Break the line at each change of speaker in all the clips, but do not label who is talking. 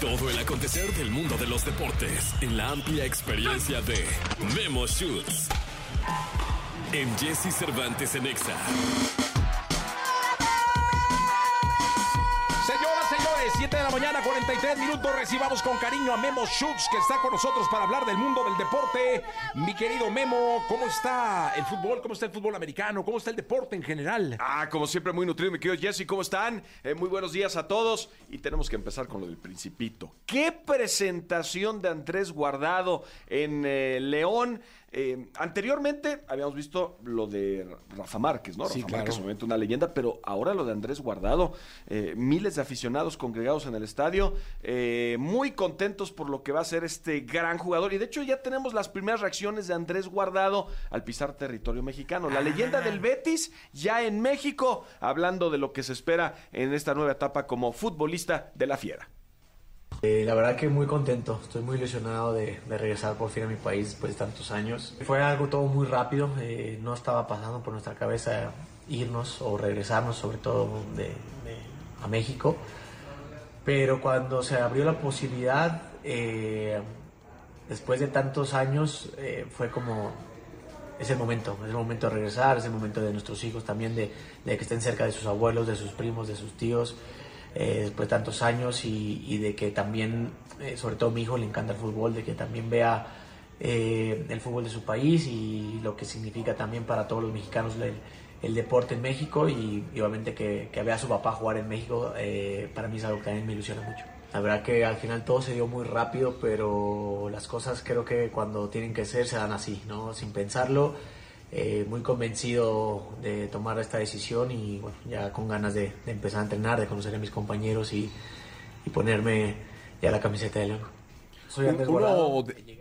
Todo el acontecer del mundo de los deportes en la amplia experiencia de Memo Shoots en Jesse Cervantes en Exa.
Señoras, señores, 7 de la mañana, 43 minutos. Recibamos con cariño a Memo Schutz, que está con nosotros para hablar del mundo del deporte. Mi querido Memo, ¿cómo está el fútbol? ¿Cómo está el fútbol americano? ¿Cómo está el deporte en general?
Ah, como siempre, muy nutrido, mi querido Jesse. ¿Cómo están? Eh, muy buenos días a todos. Y tenemos que empezar con lo del Principito. ¡Qué presentación de Andrés Guardado en eh, León! Eh, anteriormente habíamos visto lo de Rafa Márquez, ¿no? Rafa
Sí, claro.
Márquez, obviamente una leyenda, pero ahora lo de Andrés Guardado. eh, miles de aficionados congregados en el estadio, eh, muy contentos por lo que va a ser este gran jugador. Y de hecho ya tenemos las primeras reacciones de Andrés Guardado al pisar territorio mexicano. La leyenda del Betis ya en México, hablando de lo que se espera en esta nueva etapa como futbolista de la Fiera.
Eh, la verdad que muy contento, estoy muy ilusionado de, de regresar por fin a mi país después de tantos años. Fue algo todo muy rápido, eh, no estaba pasando por nuestra cabeza irnos o regresarnos sobre todo de, de- a México, pero cuando se abrió la posibilidad, eh, después de tantos años, eh, fue como, es el momento, es el momento de regresar, es el momento de nuestros hijos también, de, de que estén cerca de sus abuelos, de sus primos, de sus tíos, eh, después de tantos años y, y de que también, eh, sobre todo a mi hijo le encanta el fútbol, de que también vea eh, el fútbol de su país y lo que significa también para todos los mexicanos el, el deporte en México y, y obviamente que, que vea a su papá jugar en México, eh, para mí es algo que también me ilusiona mucho. La verdad que al final todo se dio muy rápido, pero las cosas creo que cuando tienen que ser se dan así, ¿no? Sin pensarlo, eh, muy convencido de tomar esta decisión y bueno, ya con ganas de, de empezar a entrenar, de conocer a mis compañeros y, y ponerme ya la camiseta de León. Soy Andrés
Uno
Guardado.
de,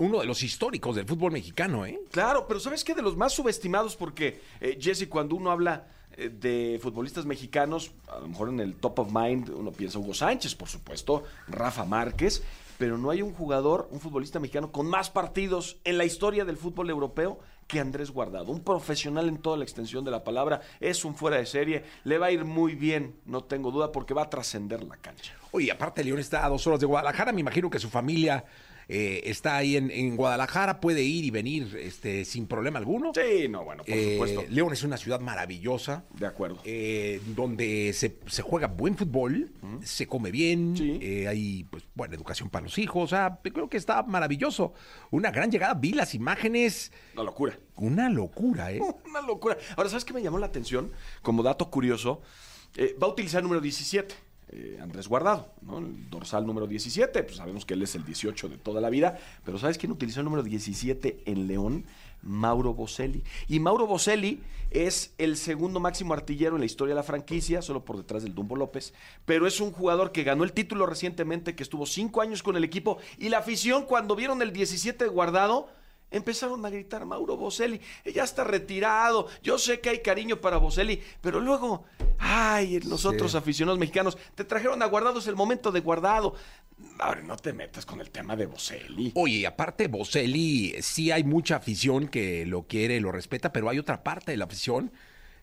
uno de los históricos del fútbol mexicano, ¿eh?
Claro, pero ¿sabes qué? De los más subestimados, porque eh, Jesse, cuando uno habla eh, de futbolistas mexicanos, a lo mejor en el top of mind uno piensa Hugo Sánchez, por supuesto, Rafa Márquez, pero no hay un jugador, un futbolista mexicano con más partidos en la historia del fútbol europeo que Andrés Guardado. Un profesional en toda la extensión de la palabra, es un fuera de serie, le va a ir muy bien, no tengo duda, porque va a trascender la cancha.
Oye, aparte León está a dos horas de Guadalajara, me imagino que su familia eh, está ahí en, en Guadalajara, puede ir y venir este, sin problema alguno.
Sí, no, bueno, por
Eh,
supuesto.
León es una ciudad maravillosa.
De acuerdo.
eh, donde se, se juega buen fútbol, se come bien,
Sí.
eh, hay pues buena educación para los hijos, o sea, creo que está maravilloso. Una gran llegada, vi las imágenes,
Una locura.
una locura, ¿eh?
Una locura. Ahora, ¿sabes qué me llamó la atención? Como dato curioso, eh, va a utilizar el número 17, eh, Andrés Guardado, ¿no? El dorsal número 17, pues sabemos que él es el 18 de toda la vida, pero ¿sabes quién utilizó el número 17 en León? Mauro Boselli. Y Mauro Boselli es el segundo máximo artillero en la historia de la franquicia, solo por detrás del Dumbo López, pero es un jugador que ganó el título recientemente, que estuvo cinco años con el equipo, y la afición cuando vieron el 17 de Guardado, Empezaron a gritar Mauro Boselli, eh, ya está retirado, yo sé que hay cariño para Boselli, pero luego, ay, nosotros aficionados mexicanos, te trajeron a guardados el momento de guardado. Ahora no te metas con el tema de Boselli.
Oye, aparte Boselli, sí hay mucha afición que lo quiere, lo respeta, pero hay otra parte de la afición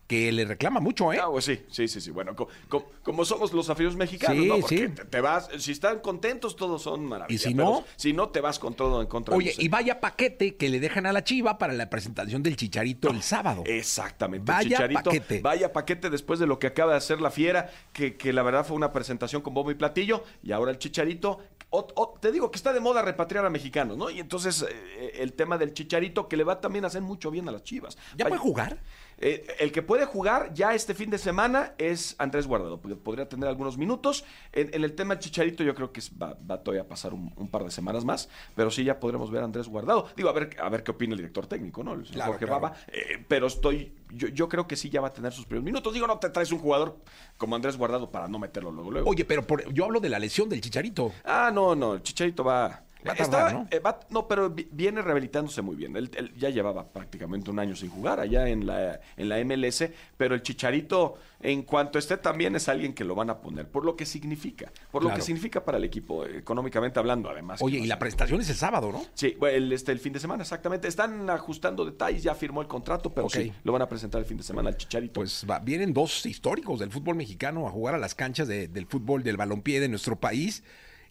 que le reclama mucho, ¿eh?
Ah, pues sí, sí, sí, sí. Bueno, co- co- como somos los aficionados mexicanos,
Sí,
¿no? Porque
sí.
te, te vas, si están contentos, todos son maravillosos.
¿Y si no?
Si no, te vas con todo en contra de
Oye,
Boselli.
y vaya paquete que le dejan a la Chiva para la presentación del Chicharito
Ah,
el sábado.
eh, Exactamente.
Vaya
Chicharito,
paquete.
Vaya paquete después de lo que acaba de hacer la fiera, que, que la verdad fue una presentación con bombo y platillo, y ahora el Chicharito. ot- ot- te digo que está de moda repatriar a mexicanos, ¿no? Y entonces eh, el tema del Chicharito que le va también a hacer mucho bien a las Chivas.
¿Ya
Vaya-
puede jugar?
eh, el que puede jugar ya este fin de semana es Andrés Guardado, porque podría tener algunos minutos. En, en el tema del Chicharito yo creo que es- va, va todavía a pasar un, un par de semanas más, pero sí ya podremos ver a Andrés Guardado. Digo, a ver, a ver qué opina el director técnico, ¿no? El señor
Claro,
Jorge
claro.
Baba. Eh, pero estoy, yo, yo creo que sí ya va a tener sus primeros minutos. Digo, no te traes un jugador como Andrés Guardado para no meterlo luego. luego.
Oye, pero por- yo hablo de la lesión del Chicharito.
Ah, no, no, el Chicharito va.
Va a
Está-
tardar, ¿no?
eh, va- no, pero vi- viene rehabilitándose muy bien. Él, él ya llevaba prácticamente un año sin jugar allá en la, en la MLS, pero el Chicharito, en cuanto esté también, es alguien que lo van a poner, por lo que significa, por lo
Claro.
que significa para el equipo, eh, económicamente hablando, además. que
Oye,
va
y
a
la
ser-
presentación es el sábado, ¿no?
Sí, bueno, el, este, el fin de semana, exactamente. Están ajustando detalles, ya firmó el contrato, pero
Ok.
sí, lo van a presentar el fin de semana al Chicharito.
Pues va- vienen dos históricos del fútbol mexicano a jugar a las canchas de- del fútbol, del balompié de nuestro país.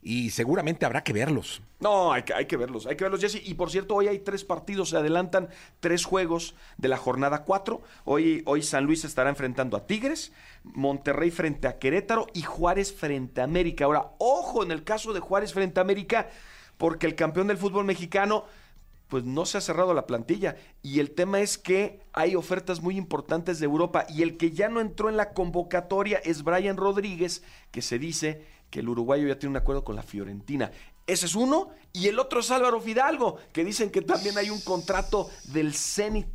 y seguramente habrá que verlos.
No, hay que, hay que verlos, hay que verlos, Jesse. Y por cierto, hoy hay tres partidos, se adelantan tres juegos de la jornada 4. Hoy, hoy San Luis estará enfrentando a Tigres, Monterrey frente a Querétaro y Juárez frente a América. Ahora, ojo en el caso de Juárez frente a América, porque el campeón del fútbol mexicano pues no se ha cerrado la plantilla. Y el tema es que hay ofertas muy importantes de Europa. Y el que ya no entró en la convocatoria es Brian Rodríguez, que se dice que el uruguayo ya tiene un acuerdo con la Fiorentina. Ese es uno. Y el otro es Álvaro Fidalgo, que dicen que también hay un contrato del Zenit,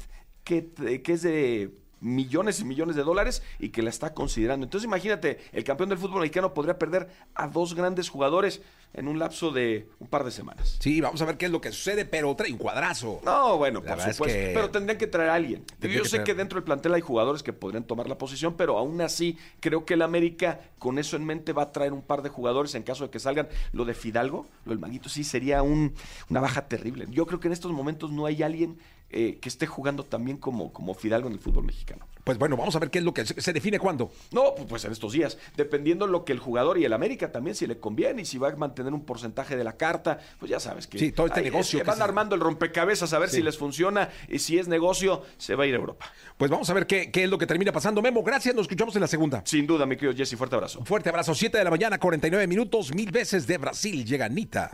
que, eh, que es de millones y millones de dólares y que la está considerando. Entonces imagínate, el campeón del fútbol mexicano podría perder a dos grandes jugadores en un lapso de un par de semanas.
Sí, vamos a ver qué es lo que sucede, pero trae un cuadrazo.
No, bueno,
La
por
verdad es
supuesto.
que-
Pero tendrían que traer a alguien.
Tendrían
Yo
que
sé
traer-
que dentro del plantel hay jugadores que podrían tomar la posición, pero aún así creo que el América, con eso en mente, va a traer un par de jugadores en caso de que salgan. Lo de Fidalgo, lo del Maguito, sí sería un- una baja terrible. Yo creo que en estos momentos no hay alguien eh, que esté jugando también como, como Fidalgo en el fútbol mexicano.
Pues bueno, vamos a ver qué es lo que se, se define cuándo.
No, pu- pues en estos días, dependiendo lo que el jugador y el América también, si le conviene y si va a mantener un porcentaje de la carta, pues ya sabes que
Sí, todo este
Ay, es
negocio
que
que
van
se-
armando el rompecabezas a ver si les funciona y si es negocio, se va a ir a Europa.
Pues vamos a ver qué, qué es lo que termina pasando. Memo, gracias, nos escuchamos en la segunda.
Sin duda, mi querido Jesse, fuerte abrazo.
Fuerte abrazo, 7 de la mañana, 49 minutos, mil veces de Brasil, llega Anita.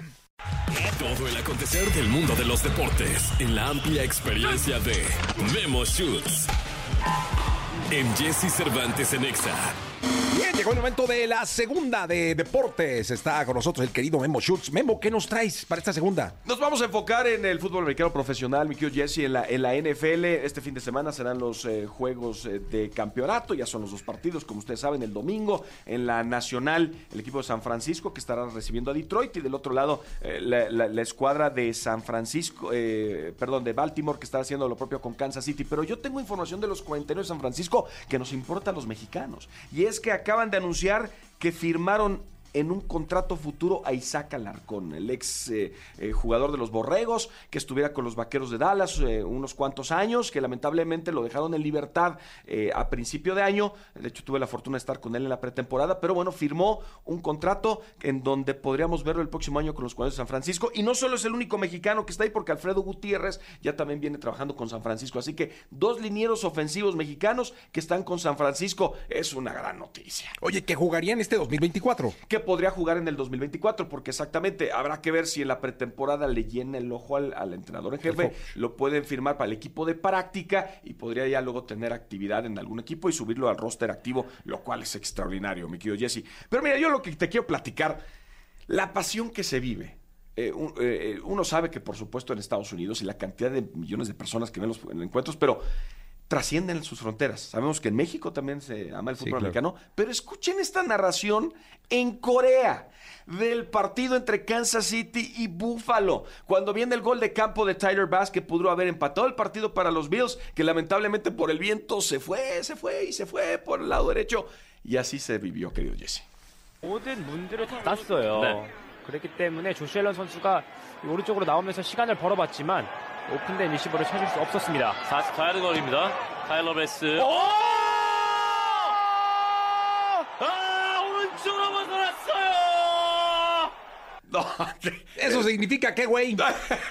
Todo el acontecer del mundo de los deportes en la amplia experiencia de Memo Shoots. En Jesse Cervantes en Exa.
Bien, llegó el momento de la segunda de deportes. Está con nosotros el querido Memo Schutz. Memo, ¿qué nos traes para esta segunda?
Nos vamos a enfocar en el fútbol americano profesional, mi querido Jesse, en la, en la NFL. Este fin de semana serán los eh, juegos eh, de campeonato, ya son los dos partidos, como ustedes saben, el domingo en la Nacional, el equipo de San Francisco que estará recibiendo a Detroit y del otro lado eh, la, la- la escuadra de San Francisco, eh, perdón, de Baltimore que estará haciendo lo propio con Kansas City. Pero yo tengo información de los 49 de San Francisco que nos importa a los mexicanos y es que acaban de anunciar que firmaron en un contrato futuro a Isaac Alarcón, el ex eh, eh, jugador de los Borregos, que estuviera con los Vaqueros de Dallas eh, unos cuantos años, que lamentablemente lo dejaron en libertad eh, a principio de año. De hecho, tuve la fortuna de estar con él en la pretemporada, pero bueno, firmó un contrato en donde podríamos verlo el próximo año con los Cuadros de San Francisco. Y no solo es el único mexicano que está ahí, porque Alfredo Gutiérrez ya también viene trabajando con San Francisco. Así que dos linieros ofensivos mexicanos que están con San Francisco es una gran noticia
Oye, que jugarían este 2024.
que podría jugar en el 2024, porque exactamente habrá que ver si en la pretemporada le llena el ojo al, al entrenador en jefe, lo pueden firmar para el equipo de práctica y podría ya luego tener actividad en algún equipo y subirlo al roster activo, lo cual es extraordinario, mi querido Jesse. Pero mira, yo lo que te quiero platicar, la pasión que se vive. eh, un- eh, uno sabe que, por supuesto, en Estados Unidos y la cantidad de millones de personas que ven los en los encuentros, pero trascienden sus fronteras. Sabemos que en México también se ama el fútbol
claro.
americano, pero escuchen esta narración en Corea del partido entre Kansas City y Buffalo. Cuando viene el gol de campo de Tyler Bass que pudo haber empatado el partido para los Bills, que lamentablemente por el viento se fue, se fue y se fue por el lado derecho. Y así se vivió, querido Jesse.
모든 문들을 다 땄어요.
네.
그렇기 때문에 조시앨런 선수가 이 오른쪽으로 나오면서 시간을 벌어봤지만 오픈된 리시버를 찾을 수 없었습니다.
44야드 거리입니다. 타일러 베스. 아, 오른쪽으로 벗어났어요!
No, Eh.
Eso significa que, güey.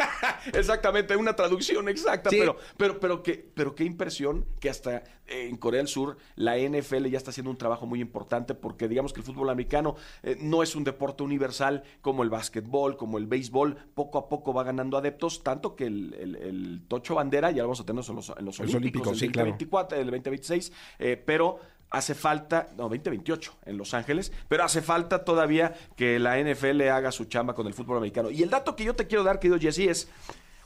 Exactamente, una traducción exacta,
Sí.
pero, pero, pero, qué, pero qué impresión que hasta eh, en Corea del Sur la NFL ya está haciendo un trabajo muy importante porque digamos que el fútbol americano eh, no es un deporte universal como el básquetbol, como el béisbol, poco a poco va ganando adeptos, tanto que el, el- el tocho bandera ya lo vamos a tener en los, en
Los
los Olímpicos,
Olímpicos,
el
sí, claro.
2024, el 2026, eh, pero hace falta, no, 2028 en Los Ángeles, pero hace falta todavía que la NFL haga su chamba con el fútbol americano. Y el dato que yo te quiero dar, querido Jesse, es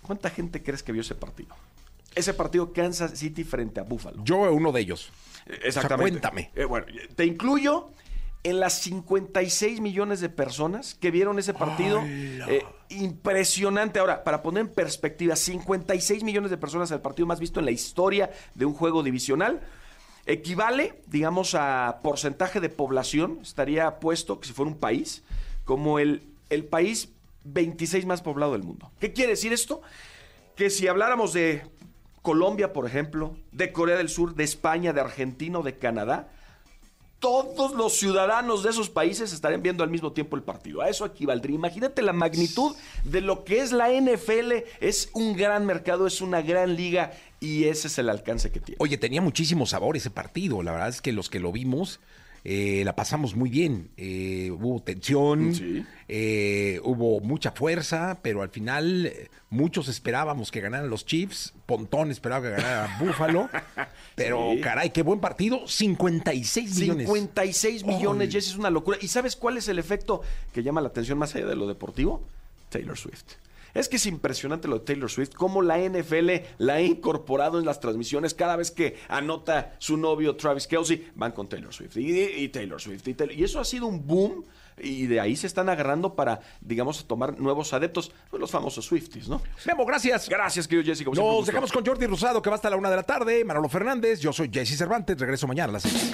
¿cuánta gente crees que vio ese partido? Ese partido Kansas City frente a Buffalo.
Yo, uno de ellos.
Eh,
O sea, cuéntame.
Eh, bueno, eh, te incluyo en las 56 millones de personas que vieron ese partido. Eh, impresionante. Ahora, para poner en perspectiva, 56 millones de personas el partido más visto en la historia de un juego divisional. Equivale, digamos, a porcentaje de población. Estaría puesto que si fuera un país, como el, el país 26 más poblado del mundo. ¿Qué quiere decir esto? que si habláramos de Colombia, por ejemplo, de Corea del Sur, de España, de Argentina o de Canadá, todos los ciudadanos de esos países estarían viendo al mismo tiempo el partido. A eso equivaldría. Imagínate la magnitud de lo que es la NFL. Es un gran mercado, es una gran liga y ese es el alcance que tiene.
Oye, tenía muchísimo sabor ese partido. La verdad es que los que lo vimos eh, la pasamos muy bien. Eh, hubo tensión,
Sí.
eh, hubo mucha fuerza, pero al final eh, muchos esperábamos que ganaran los Chiefs. Pontón esperaba que ganara Búfalo. Pero
Sí.
caray, qué buen partido. 56 millones.
56 millones,
Ay.
Jesse, es una locura. ¿Y sabes cuál es el efecto que llama la atención más allá de lo deportivo? Taylor Swift. Es que es impresionante lo de Taylor Swift, cómo la NFL la ha incorporado en las transmisiones. Cada vez que anota su novio Travis Kelsey, van con Taylor Swift y, y Taylor Swift. Y, Taylor- y eso ha sido un boom y de ahí se están agarrando para, digamos, tomar nuevos adeptos, pues, los famosos Swifties, ¿no?
Memo, gracias.
Gracias, querido Jesse. como siempre, un
Nos
gusto.
dejamos con Jordi Rosado, que va hasta la una de la tarde. Manolo Fernández, yo soy Jesse Cervantes. Regreso mañana a las seis.